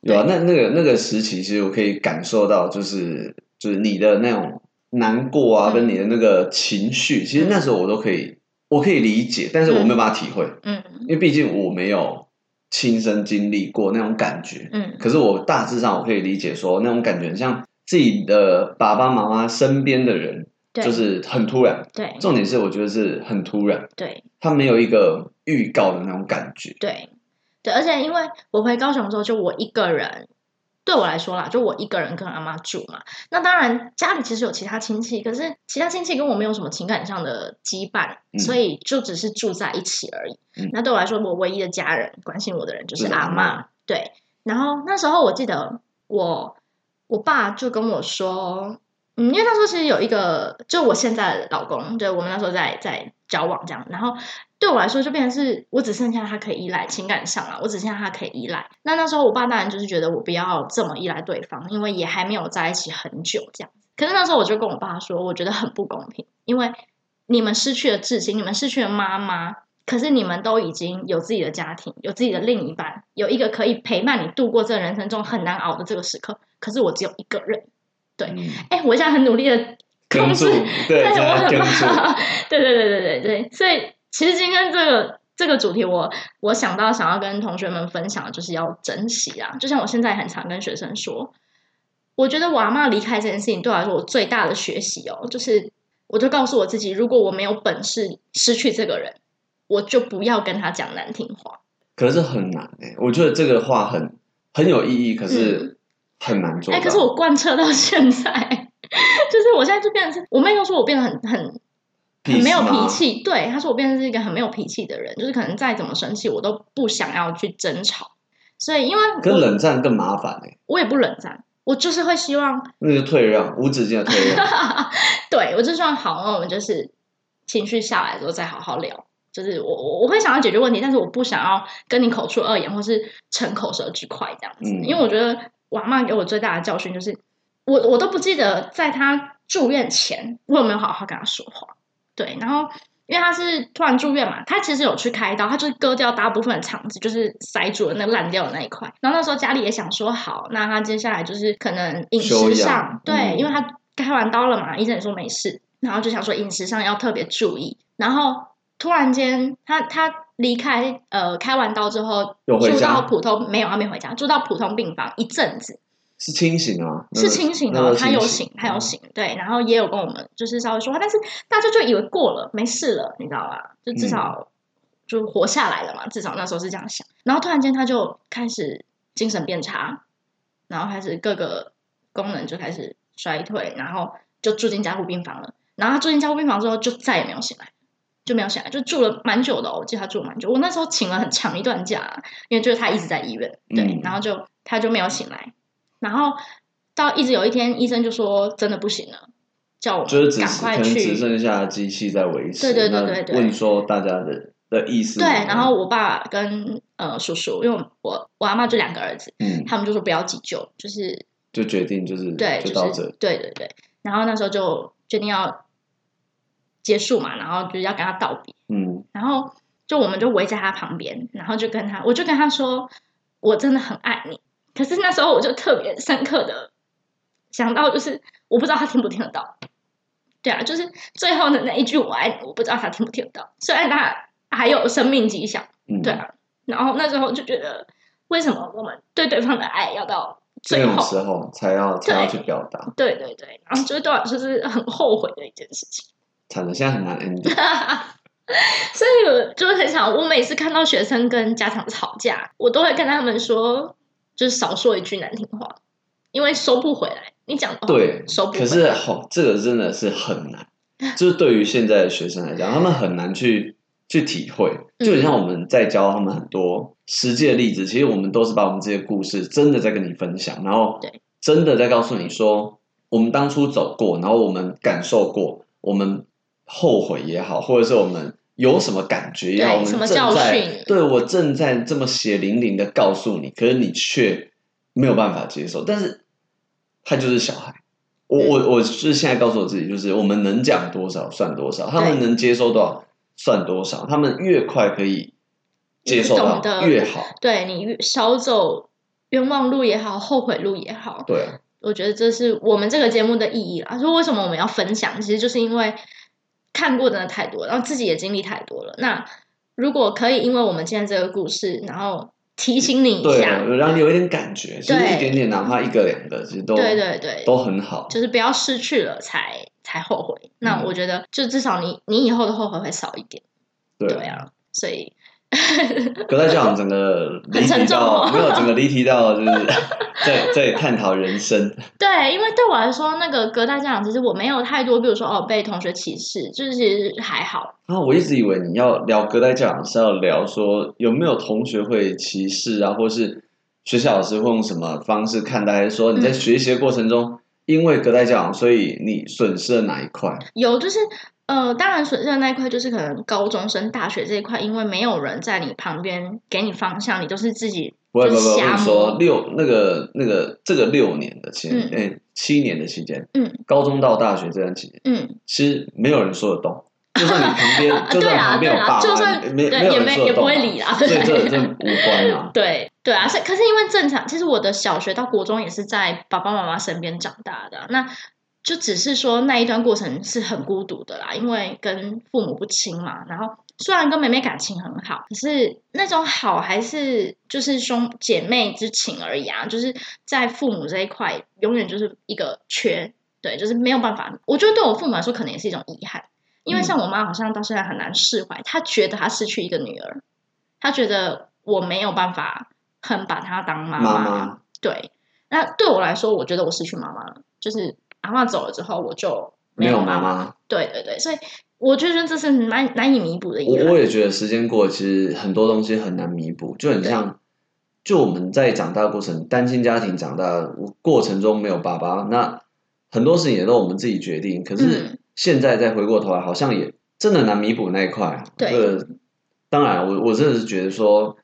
C: 有啊，那那个那个时期，其实我可以感受到，就是就是你的那种难过啊，
A: 嗯
C: 跟你的那个情绪，其实那时候我都可以，我可以理解，但是我没有办法体会，
A: 嗯
C: 因为毕竟我没有亲身经历过那种感觉。
A: 嗯
C: 可是我大致上我可以理解说，那种感觉很像自己的爸爸妈妈身边的人，
A: 对
C: 就是很突然。
A: 对
C: 重点是，我觉得是很突然，
A: 对
C: 他没有一个预告的那种感觉。
A: 对对，而且因为我回高雄之后就我一个人。对我来说啦，就我一个人跟阿妈住嘛。那当然，家里其实有其他亲戚，可是其他亲戚跟我没有什么情感上的羁绊，
C: 嗯
A: 所以就只是住在一起而已。
C: 嗯
A: 那对我来说，我唯一的家人关心我的人就是
C: 就是
A: 阿
C: 阿
A: 妈
C: 嬷。
A: 对，然后那时候我记得我我爸就跟我说，嗯，因为那时候其实有一个，就我现在的老公，对我们那时候在在交往这样，然后对我来说就变成是我只剩下他可以依赖，情感上啊，我只剩下他可以依赖。那那时候我爸当然就是觉得我不要这么依赖对方，因为也还没有在一起很久这样。可是那时候我就跟我爸说，我觉得很不公平，因为你们失去了至亲，你们失去了妈妈，可是你们都已经有自己的家庭，有自己的另一半，有一个可以陪伴你度过这人生中很难熬的这个时刻，可是我只有一个人。对
C: 嗯，
A: 哎、我现在很努力的控
C: 跟住
A: 制，，
C: 对，
A: 对我
C: 在
A: 很
C: 跟住，
A: 怕，对对对对对对，所以其实今天这个这个主题我，我想到想要跟同学们分享，的就是要珍惜啊，就像我现在很常跟学生说，我觉得我阿妈离开这件事情对我来说，我最大的学习哦，就是我就告诉我自己，如果我没有本事失去这个人，我就不要跟他讲难听话。
C: 可是很难哎、我觉得这个话很很有意义，可是很难做
A: 哎、
C: 到。
A: 可是我贯彻到现在， 就是我现在就变成是，我妹都说我变得很很很没有脾，气。对，他说我变成是一个很没有脾气的人，就是可能再怎么生气，我都不想要去争吵。所以，因为
C: 跟
A: 我
C: 冷战更麻烦哎、
A: 我也不冷战，我就是会希望，
C: 那就退让，无止境的退 让。
A: 对我就希望好，那我们就是情绪下来之后再好好聊。就是我我我会想要解决问题，但是我不想要跟你口出恶言或是逞口舌之快这样子，
C: 嗯
A: 因为我觉得我阿妈给我最大的教训就是，我我都不记得在她住院前我有没有好好跟她说话。对，然后因为他是突然住院嘛，他其实有去开刀，他就是割掉大部分的肠子，就是塞住了那烂掉的那一块。然后那时候家里也想说好，那他接下来就是可能饮
C: 休
A: 食
C: 养
A: 上，对，
C: 嗯
A: 因为他开完刀了嘛，医生也说没事，然后就想说饮食上要特别注意。然后突然间，他他离开呃开完刀之后，
C: 有回
A: 住
C: 家
A: 到普通没有，他没回家，住到普通病房一阵子，
C: 是清醒啊，那
A: 是清醒
C: 那
A: 的，哦
C: 个嗯
A: 他有醒，他有。醒，对，然后也有跟我们就是稍微说话，但是大家就以为过了，没事了，你知道吧？就至
C: 嗯
A: 少就活下来了嘛，至少那时候是这样想。然后突然间他就开始精神变差，然后开始各个功能就开始衰退，然后就住进加护病房了。然后他住进加护病房之后，就再也没有醒来，就没有醒来，就住了蛮久的哦、我记得他住了蛮久。我那时候请了很长一段假，因为就是他一直在医院，对，
C: 嗯
A: 然后就他就没有醒来，然后到一直有一天，医生就说真的不行了，叫我
C: 嗯就是
A: 们
C: 只
A: 赶
C: 可
A: 快
C: 能只
A: 去。
C: 剩下机器在维持。
A: 对对对
C: 那
A: 对对
C: 问说大家的的意思。
A: 对，然后我爸跟呃叔叔，因为我我阿妈就两个儿子，
C: 嗯，
A: 他们就说不要急救，就是
C: 就决定就是
A: 对，
C: 就是到这。
A: 对对对。然后那时候就决定要结束嘛，然后就是要跟他道别，
C: 嗯，
A: 然后就我们就围在他旁边，然后就跟他，我就跟他说，我真的很爱你。可是那时候我就特别深刻的想到，就是我不知道他听不听得到。对啊，就是最后的那一句“我爱你”，我不知道他听不听得到。虽然他还有生命迹象，
C: 嗯
A: 对啊。然后那时候就觉得，为什么我们对对方的爱要到
C: 这
A: 最
C: 种
A: 后
C: 时候才要才要去表达。
A: 对对对，然后就是对我来说是很后悔的一件事情，
C: 惨了，现在很难 ending。
A: 所以我就很想，我每次看到学生跟家长吵架，我都会跟他们说，就是少说一句难听话，因为收不回来，你讲的话
C: 对，
A: 哦收不回
C: 可
A: 来。
C: 是好，这个真的是很难，就是对于现在的学生来讲，他们很难去去体会。
A: 嗯
C: 就很像我们在教他们很多实际的例子，其实我们都是把我们这些故事真的在跟你分享，然后
A: 对
C: 真的在告诉你说，我们当初走过，然后我们感受过，我们后悔也好，或者是我们。有什么感觉也好，
A: 对
C: 我们
A: 什么
C: 正
A: 教
C: 在
A: 训
C: 对我正在这么血淋淋的告诉你，可是你却没有办法接受。但是他就是小孩，我
A: 嗯
C: 我我是现在告诉我自己，就是我们能讲多少算多少，他们能接受多少算多少，他们越快可以接受
A: 懂得
C: 到越好。
A: 对你少走冤枉路也好，后悔路也好，
C: 对啊，
A: 我觉得这是我们这个节目的意义啦。说为什么我们要分享，其实就是因为看过真的太多，然后自己也经历太多了。那如果可以，因为我们今天这个故事，然后提醒你一
C: 对
A: 下
C: 啊，，让你有一点感觉，其实
A: 对
C: 一点点，哪怕一个两个，其实都
A: 对对对，
C: 都很好。
A: 就是不要失去了才才后悔。那
C: 嗯
A: 我觉得，就至少你你以后的后悔会少一点，
C: 对
A: 对啊。所以
C: 格莱奖 整个离
A: 很沉
C: 题
A: 重
C: 到
A: 哦
C: 没有整个离题到就是 在在探讨人生。
A: 对，因为对我来说，那个隔代教养，其实我没有太多，比如说哦被同学歧视，就是其实还好。
C: 啊，我一直以为你要聊隔代教养是要聊说有没有同学会歧视啊，或是学校老师会用什么方式看待，说你在
A: 嗯
C: 学习的过程中一因为隔代教养，所以你损失了哪一块？
A: 有就是呃，当然损失的那一块就是可能高中生、大学这一块，因为没有人在你旁边给你方向，你都是自己
C: 不会不
A: 就
C: 会，
A: 是
C: 不会我
A: 瞎
C: 跟你
A: 摸
C: 说，。六那个那个这个六年的期间，
A: 嗯
C: 诶七年的期间，
A: 嗯，
C: 高中到大学这段期间，
A: 嗯，
C: 其实没有人说 得动，就算你旁边，就
A: 对
C: 算
A: 啊，对
C: 旁边有爸
A: 啊，就
C: 妈，
A: 算
C: 没
A: 对
C: 没有
A: 也
C: 人
A: 没
C: 说
A: 也
C: 得
A: 不
C: 动
A: 会
C: 啊，
A: 理啦，
C: 所以
A: 对
C: 这这无关啊。
A: 对对啊，是可是因为正常，其实我的小学到国中也是在爸爸妈妈身边长大的啊、那就只是说那一段过程是很孤独的啦，因为跟父母不亲嘛。然后虽然跟妹妹感情很好，可是那种好还是就是兄姐妹之情而已啊，就是在父母这一块永远就是一个缺，对，就是没有办法。我觉得对我父母来说，可能也是一种遗憾。因为像我妈好像到现在很难释怀，她觉得她失去一个女儿，她觉得我没有办法很把她当 妈
C: 妈妈，
A: 对，那对我来说，我觉得我失去妈妈了，就是阿妈走了之后，我就
C: 没
A: 有
C: 有
A: 妈
C: 妈。妈，
A: 对对对，所以我就觉得这是难难以弥补的遗
C: 我
A: 憾。
C: 我也觉得时间过，其实很多东西很难弥补，就很像，就我们在长大过程，单亲家庭长大过程中没有爸爸，那很多事情也都我们自己决定，可
A: 嗯
C: 是现在再回过头来，好像也真的很难弥补那一块。啊
A: 对
C: 这个当然我我真的是觉得说，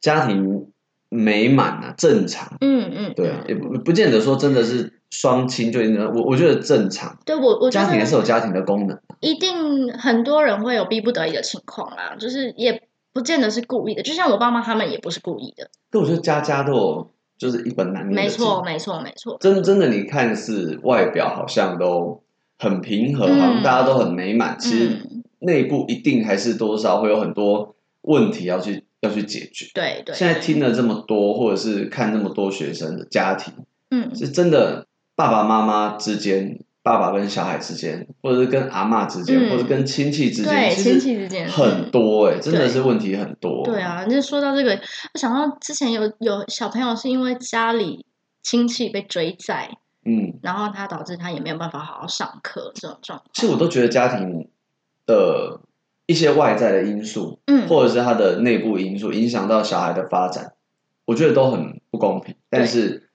C: 家庭美满啊，正常，
A: 嗯嗯，
C: 对啊，也不不见得说真的是双亲就一定我我觉得正常，
A: 对我我觉
C: 家
A: 得
C: 庭还是有家庭的功能。
A: 一定很多人会有逼不得已的情况啦，就是也不见得是故意的，就像我爸妈他们也不是故意的。
C: 但我觉得家家都有，就是一本难念的
A: 没
C: 经。
A: 错，没错，没错。
C: 真真的，你看似外表好像都很平和，
A: 嗯
C: 好像大家都很美满，其实
A: 嗯，
C: 内部一定还是多少会有很多问题要去要去解决。
A: 对对。
C: 现在
A: 对
C: 听了这么多，或者是看这么多学生的家庭，
A: 嗯，
C: 是真的爸爸妈妈之间、爸爸跟小孩之间，或者是跟阿嬷之间，
A: 嗯
C: 或者跟亲戚之间，
A: 对
C: 其
A: 亲
C: 实
A: 戚之间
C: 很多哎、真的
A: 对
C: 是问题很多。
A: 对，啊，就说到这个，我想到之前有有小朋友是因为家里亲戚被追债，
C: 嗯，
A: 然后他导致他也没有办法好好上课这种状
C: 其实我都觉得家庭的一些外在的因素，
A: 嗯
C: 或者是它的内部因素，影响到小孩的发展，我觉得都很不公平。但是，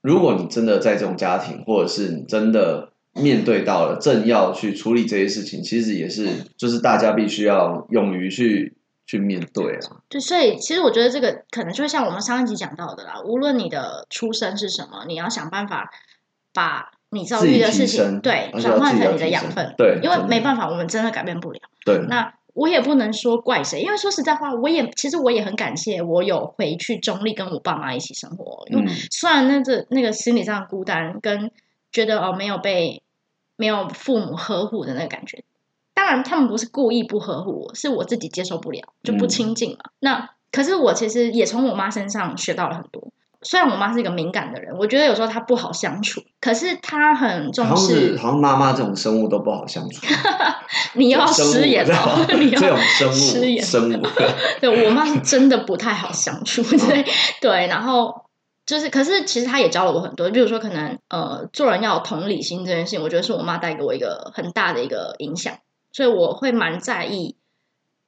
C: 如果你真的在这种家庭，或者是你真的面对到了，正要去处理这些事情，其实也是就是大家必须要勇于去去面对啊。
A: 对，所以其实我觉得这个可能就像我们上一集讲到的啦，无论你的出身是什么，你要想办法把你遭
C: 自己
A: 遇的
C: 提
A: 事情
C: 升
A: 对
C: 而且要
A: 转换
C: 自己
A: 成
C: 要
A: 你的
C: 提
A: 养
C: 升
A: 分，
C: 对
A: 因为
C: 真的嗯
A: 没办法，我们真的改变不了。
C: 对，
A: 那我也不能说怪谁，因为说实在话，我也其实我也很感谢我有回去中立跟我爸妈一起生活，因为
C: 嗯，
A: 虽然那这那个心理上的孤单跟觉得哦没有被没有父母呵护的那个感觉，当然他们不是故意不呵护我，是我自己接受不了，就不
C: 嗯
A: 亲近嘛。那可是我其实也从我妈身上学到了很多。虽然我妈是一个敏感的人，我觉得有时候她不好相处，可是她很重
C: 好像是
A: 视。
C: 好像妈妈这种生物都不好相处，
A: 你又要
C: 生物
A: 失言
C: 这种
A: 哦， 你又
C: 这
A: 要
C: 种生
A: 失
C: 物
A: 言
C: 生 物，
A: 对我妈是真的不太好相处，
C: 哦
A: 对对，然后就是，可是其实她也教了我很多，比如说可能呃，做人要有同理心这件事情，我觉得是我妈带给我一个很大的一个影响，所以我会蛮在意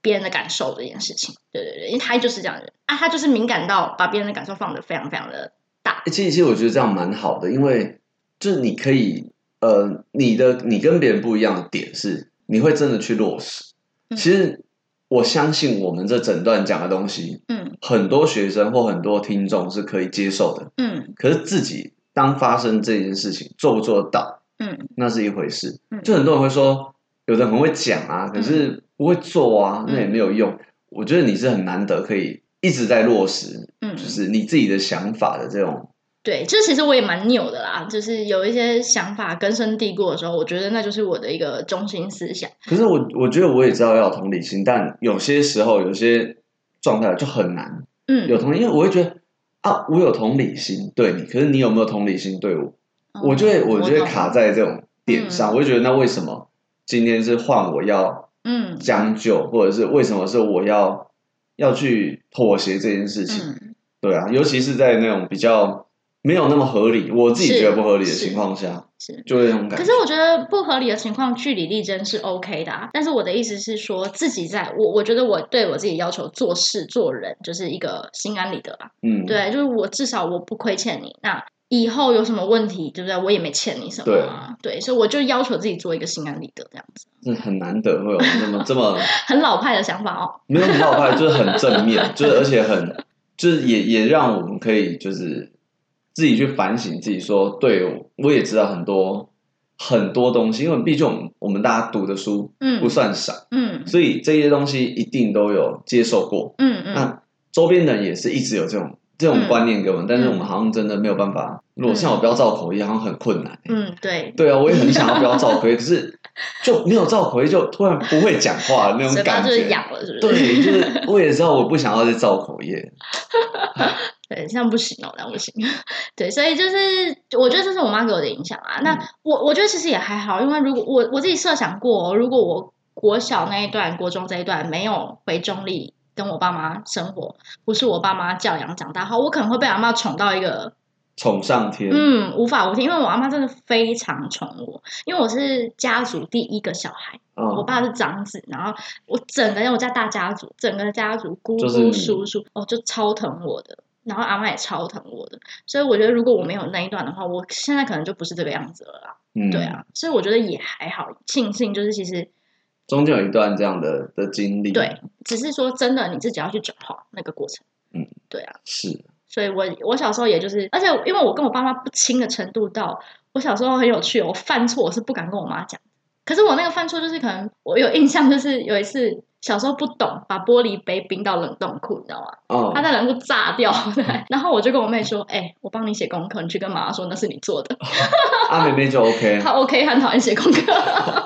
A: 别人的感受这件事情。对对对，因为她就是这样的人啊，她就是敏感到把别人的感受放得非常非常的大。
C: 欸其实，其实我觉得这样蛮好的，因为就是你可以，呃，你的你跟别人不一样的点是，你会真的去落实。
A: 嗯
C: 其实我相信我们这整段讲的东西，
A: 嗯
C: 很多学生或很多听众是可以接受的。
A: 嗯
C: 可是自己当发生这件事情，做不做得到，
A: 嗯
C: 那是一回事
A: 嗯。
C: 就很多人会说，有的人很会讲啊，可是不会做啊，
A: 嗯
C: 那也没有用。我觉得你是很难得可以一直在落实，
A: 嗯，
C: 就是你自己的想法的这种。
A: 对，这其实我也蛮扭的啦，就是有一些想法根深蒂固的时候，我觉得那就是我的一个中心思想。
C: 可是我我觉得我也知道要有同理心，但有些时候有些状态就很难
A: 嗯，
C: 有同理，因为我会觉得啊，我有同理心对你，可是你有没有同理心对我？
A: 哦
C: 我就会我就会卡
A: 懂
C: 在这种点上，
A: 嗯
C: 我就觉得那为什么今天是换我要
A: 嗯
C: 将就，或者是为什么是我要要去妥协这件事情？
A: 嗯，
C: 对啊，尤其是在那种比较没有那么合理，我自己觉得不合理的
A: 是是
C: 情况下，
A: 是。
C: 就会那种感
A: 可
C: 觉。
A: 是我觉得不合理的情况，据理力争是 OK 的、啊。但是我的意思是说，自己在我我觉得我对我自己要求做事做人就是一个心安理得吧。
C: 嗯，
A: 对，就是我至少我不亏欠你，那以后有什么问题，对不对？我也没欠你什么啊，对，所以我就要求自己做一个心安理得这样子，
C: 这很难得会有那么这么
A: 很老派的想法哦。
C: 没有很老派，就是很正面， 就是而且很就是也也让我们可以就是自己去反省自己说，对我也知道很多很多东西，因为毕竟我们我们大家读的书
A: 嗯
C: 不算少，
A: 嗯
C: 所以这些东西一定都有接受过。
A: 嗯嗯，
C: 那周边人也是一直有这种这种
A: 嗯
C: 观念给我们，但是我们好像真的没有办法。如果像我不要照口译，好像很困难、
A: 嗯，对，
C: 对啊，我也很想要不 要照口译，可是就没有照口译，就突然不会讲话的那种
A: 嘴巴
C: 感
A: 就是
C: 觉。
A: 痒了，是不是？
C: 对，就是我也知道我不想要再造口业，
A: 对，这样不行哦，这样不行。 对，所以就是我觉得这是我妈给我的影响啊。那我我觉得其实也还好，因为如果我我自己设想过哦、如果我国小那一段、国中这一段没有回中立跟我爸妈生活，不是我爸妈教养长大后，我可能会被阿妈宠到一个
C: 宠上天。
A: 嗯无法无天，因为我阿妈真的非常宠我，因为我是家族第一个小孩。我
C: 嗯，
A: 爸是长子，然后我整个我家大家族，整个家族姑
C: 就是
A: 姑
C: 你
A: 叔叔，哦，就超疼我的。然后阿妈也超疼我的，所以我觉得如果我没有那一段的话，我现在可能就不是这个样子了啦。
C: 嗯
A: 对，啊，所以我觉得也还好，庆幸就是其实
C: 中间有一段这样的的经历，
A: 对，只是说真的你自己要去转化那个过程。
C: 嗯，
A: 对啊，
C: 是
A: 所以我我小时候也就是，而且因为我跟我爸妈不亲的程度到，我小时候很有趣哦，我犯错我是不敢跟我妈讲。可是我那个犯错就是可能我有印象，就是有一次小时候不懂，把玻璃杯冰到冷冻库，你知道吗？
C: 哦
A: 它，在冷冻库炸掉， 对。然后我就跟我妹说：“哎、我帮你写功课，你去跟妈妈说那是你做 的。
C: 阿美妹就 OK，
A: 她 OK，她很讨厌写功课。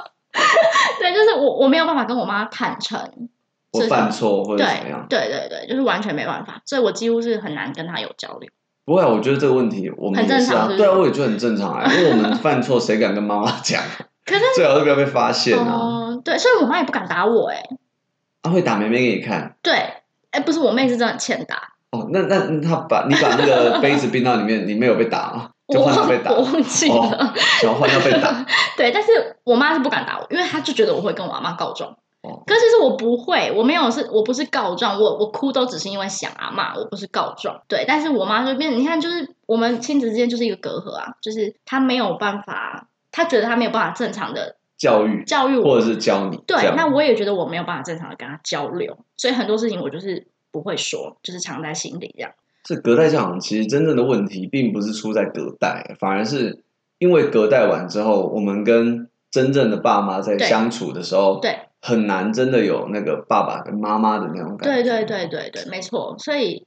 A: 对，就是我我没有办法跟我妈坦诚，
C: 我犯错或者
A: 对
C: 怎么样，
A: 对对对，就是完全没办法，所以我几乎是很难跟她有交流。
C: 不会啊，我觉得这个问题我们
A: 很
C: 也
A: 正
C: 是
A: 常
C: 啊
A: 是，不是
C: 对啊，我也觉得很正常啊，因为 我们犯错谁敢跟妈妈讲？
A: 可是
C: 最好是不要被发现啊，
A: 哦、对，所以我妈也不敢打我、哎，
C: 她会打妹妹给你看。
A: 对，哎、不是我妹是真的很欠打，
C: 哦，那那那他把你把那个杯子冰到里面，你没有被打吗？就
A: 我
C: 换到
A: 忘
C: 被打，
A: 我忘记了，
C: 哦然后换到被打。
A: 对，但是我妈是不敢打我，因为她就觉得我会跟我阿妈告状。
C: 哦
A: 可是其实我不会，我没有是，我不是告状，我我哭都只是因为想阿妈，我不是告状。对，但是我妈就变，你看，就是我们亲子之间就是一个隔阂啊，就是她没有办法，她觉得她没有办法正常的
C: 教育
A: 教育我，
C: 或者是教你，这
A: 对，
C: 样
A: 那我也觉得我没有办法正常的跟他交流，所以很多事情我就是不会说，就是藏在心里这样。
C: 这隔代教养其实真正的问题，并不是出在隔代，反而是因为隔代完之后，我们跟真正的爸妈在
A: 对
C: 相处的时候，
A: 对，
C: 很难真的有那个爸爸跟妈妈的那种感
A: 对
C: 觉。
A: 对对对对，没错，所以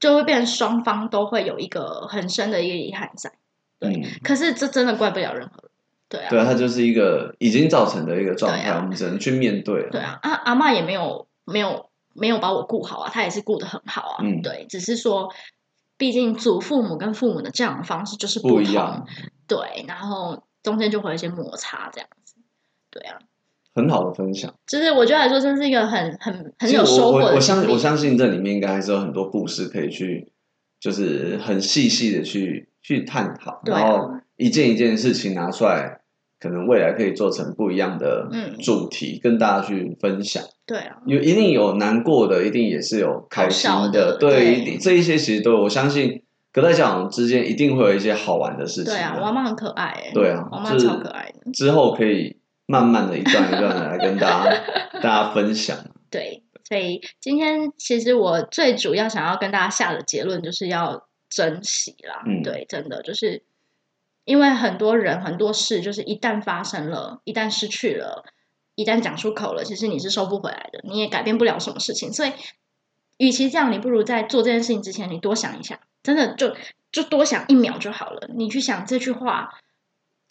A: 就会变成双方都会有一个很深的一个遗憾在。对
C: 嗯，
A: 可是这真的怪不了任何人，对啊，
C: 对啊，它就是一个已经造成的一个状
A: 对
C: 态，
A: 啊
C: 我们只能去面对了。
A: 对啊，啊阿嬷也没有没有没有把我顾好啊，她也是顾得很好啊，
C: 嗯
A: 对，只是说，毕竟祖父母跟父母的教养方式就是
C: 不一
A: 同，
C: 样，
A: 对，然后中间就会有一些摩擦这样子，对啊，
C: 很好的分享。
A: 就是我觉得来说，真是一个很很很
C: 其实
A: 有收获
C: 我我
A: 的
C: 我相
A: 经历
C: 我相信这里面应该还是有很多故事可以去，就是很细细的去去探讨，
A: 对啊
C: 然后一件一件事情拿出来，可能未来可以做成不一样的
A: 嗯
C: 主题、跟大家去分享。
A: 对啊，
C: 有一定有难过的，一定也是有开心
A: 好笑的对
C: 对，一定这一些其实都有。我相信隔代教养之间一定会有一些好玩的事情
A: 对啊，
C: 的
A: 我阿妈很可爱哎、
C: 对啊
A: 我，妈
C: 就是
A: 超可爱的
C: 之后可以慢慢的一段一段的来跟 大家大家分享。
A: 对，所以今天其实我最主要想要跟大家下的结论就是要珍惜啦。
C: 嗯
A: 对，真的就是因为很多人很多事，就是一旦发生了，一旦失去了，一旦讲出口了，其实你是收不回来的，你也改变不了什么事情。所以，与其这样，你不如在做这件事情之前，你多想一下，真的就就多想一秒就好了。你去想这句话。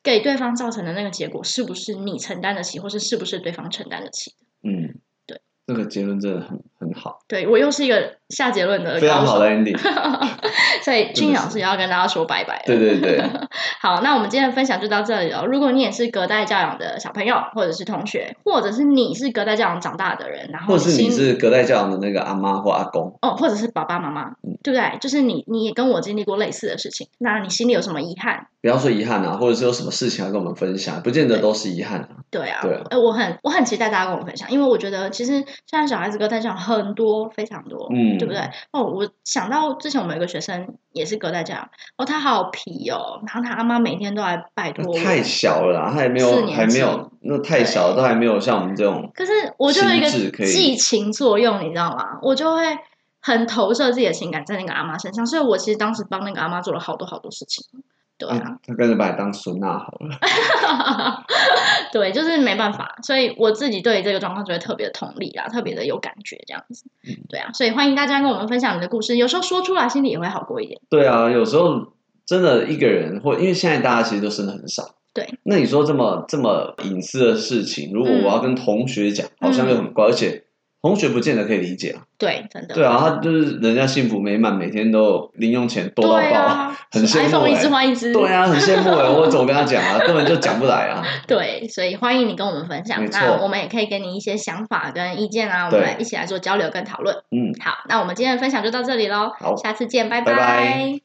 A: 给对方造成的那个结果，是不是你承担得起，或是是不是对方承担得起？
C: 嗯，
A: 对，
C: 这个结论真的很很好，
A: 对我又是一个下结论的
C: 非常
A: 高
C: 好
A: 手，
C: 的 ending。
A: 所以
C: 真
A: 俊
C: 的
A: 老
C: 是
A: 师要跟大家说拜拜了。
C: 对 对对，
A: 好，那我们今天的分享就到这里了。如果你也是隔代教养的小朋友，或者是同学，或者是你是隔代教养长大的人，然后
C: 或是你
A: 心
C: 是隔代教养的那个阿妈或阿公，
A: 哦，或者是爸爸妈妈，对不对？就是你，你也跟我经历过类似的事情，那你心里有什么遗憾？
C: 不要说遗憾啊，或者是有什么事情要跟我们分享，不见得都是遗憾啊。
A: 对啊，
C: 对啊
A: 呃我很我很期待大家跟我分享，因为我觉得其实现在小孩子隔代教养很很多，非常多，
C: 嗯
A: 对不对？哦，我想到之前我们有一个学生也是隔代教养，哦，他好皮哦，然后他阿妈每天都来拜托
C: 那
A: 我，
C: 太小了啦，啊他还没
A: 四
C: 有，
A: 年级
C: 还没有，那太小，都还没有像我们这种，
A: 可是我就有一个
C: 心智可以
A: 寄情作用，你知道吗？我就会很投射自己的情感在那个阿妈身上，所以我其实当时帮那个阿妈做了好多好多事情。对啊，
C: 啊他干脆把你当孙娜好了。
A: 对，就是没办法，所以我自己对这个状况就会特别的同理啦，特别的有感觉这样子。
C: 嗯
A: 对啊，所以欢迎大家跟我们分享你的故事，有时候说出来心里也会好过一点。
C: 对啊，有时候真的一个人，或因为现在大家其实都生的很少。
A: 对，嗯
C: 那你说这么这么隐私的事情，如果我要跟同学讲，好像又很怪，而且同学不见得可以理解啊。
A: 对，真的。
C: 对啊，他就是人家幸福美满，每天都有零用钱多
A: 对
C: 到爆，
A: 啊，
C: 很羡慕
A: iPhone 一
C: 欸
A: 只换一只。
C: 对啊，很羡慕哎，我怎么跟他讲啊？根本就讲不来啊。
A: 对，所以欢迎你跟我们分享
C: 没，错
A: 那我们也可以给你一些想法跟意见啊，我们
C: 对
A: 来一起来做交流跟讨论。
C: 嗯，
A: 好，那我们今天的分享就到这里喽，
C: 好
A: 下次见，拜
C: 拜拜
A: 拜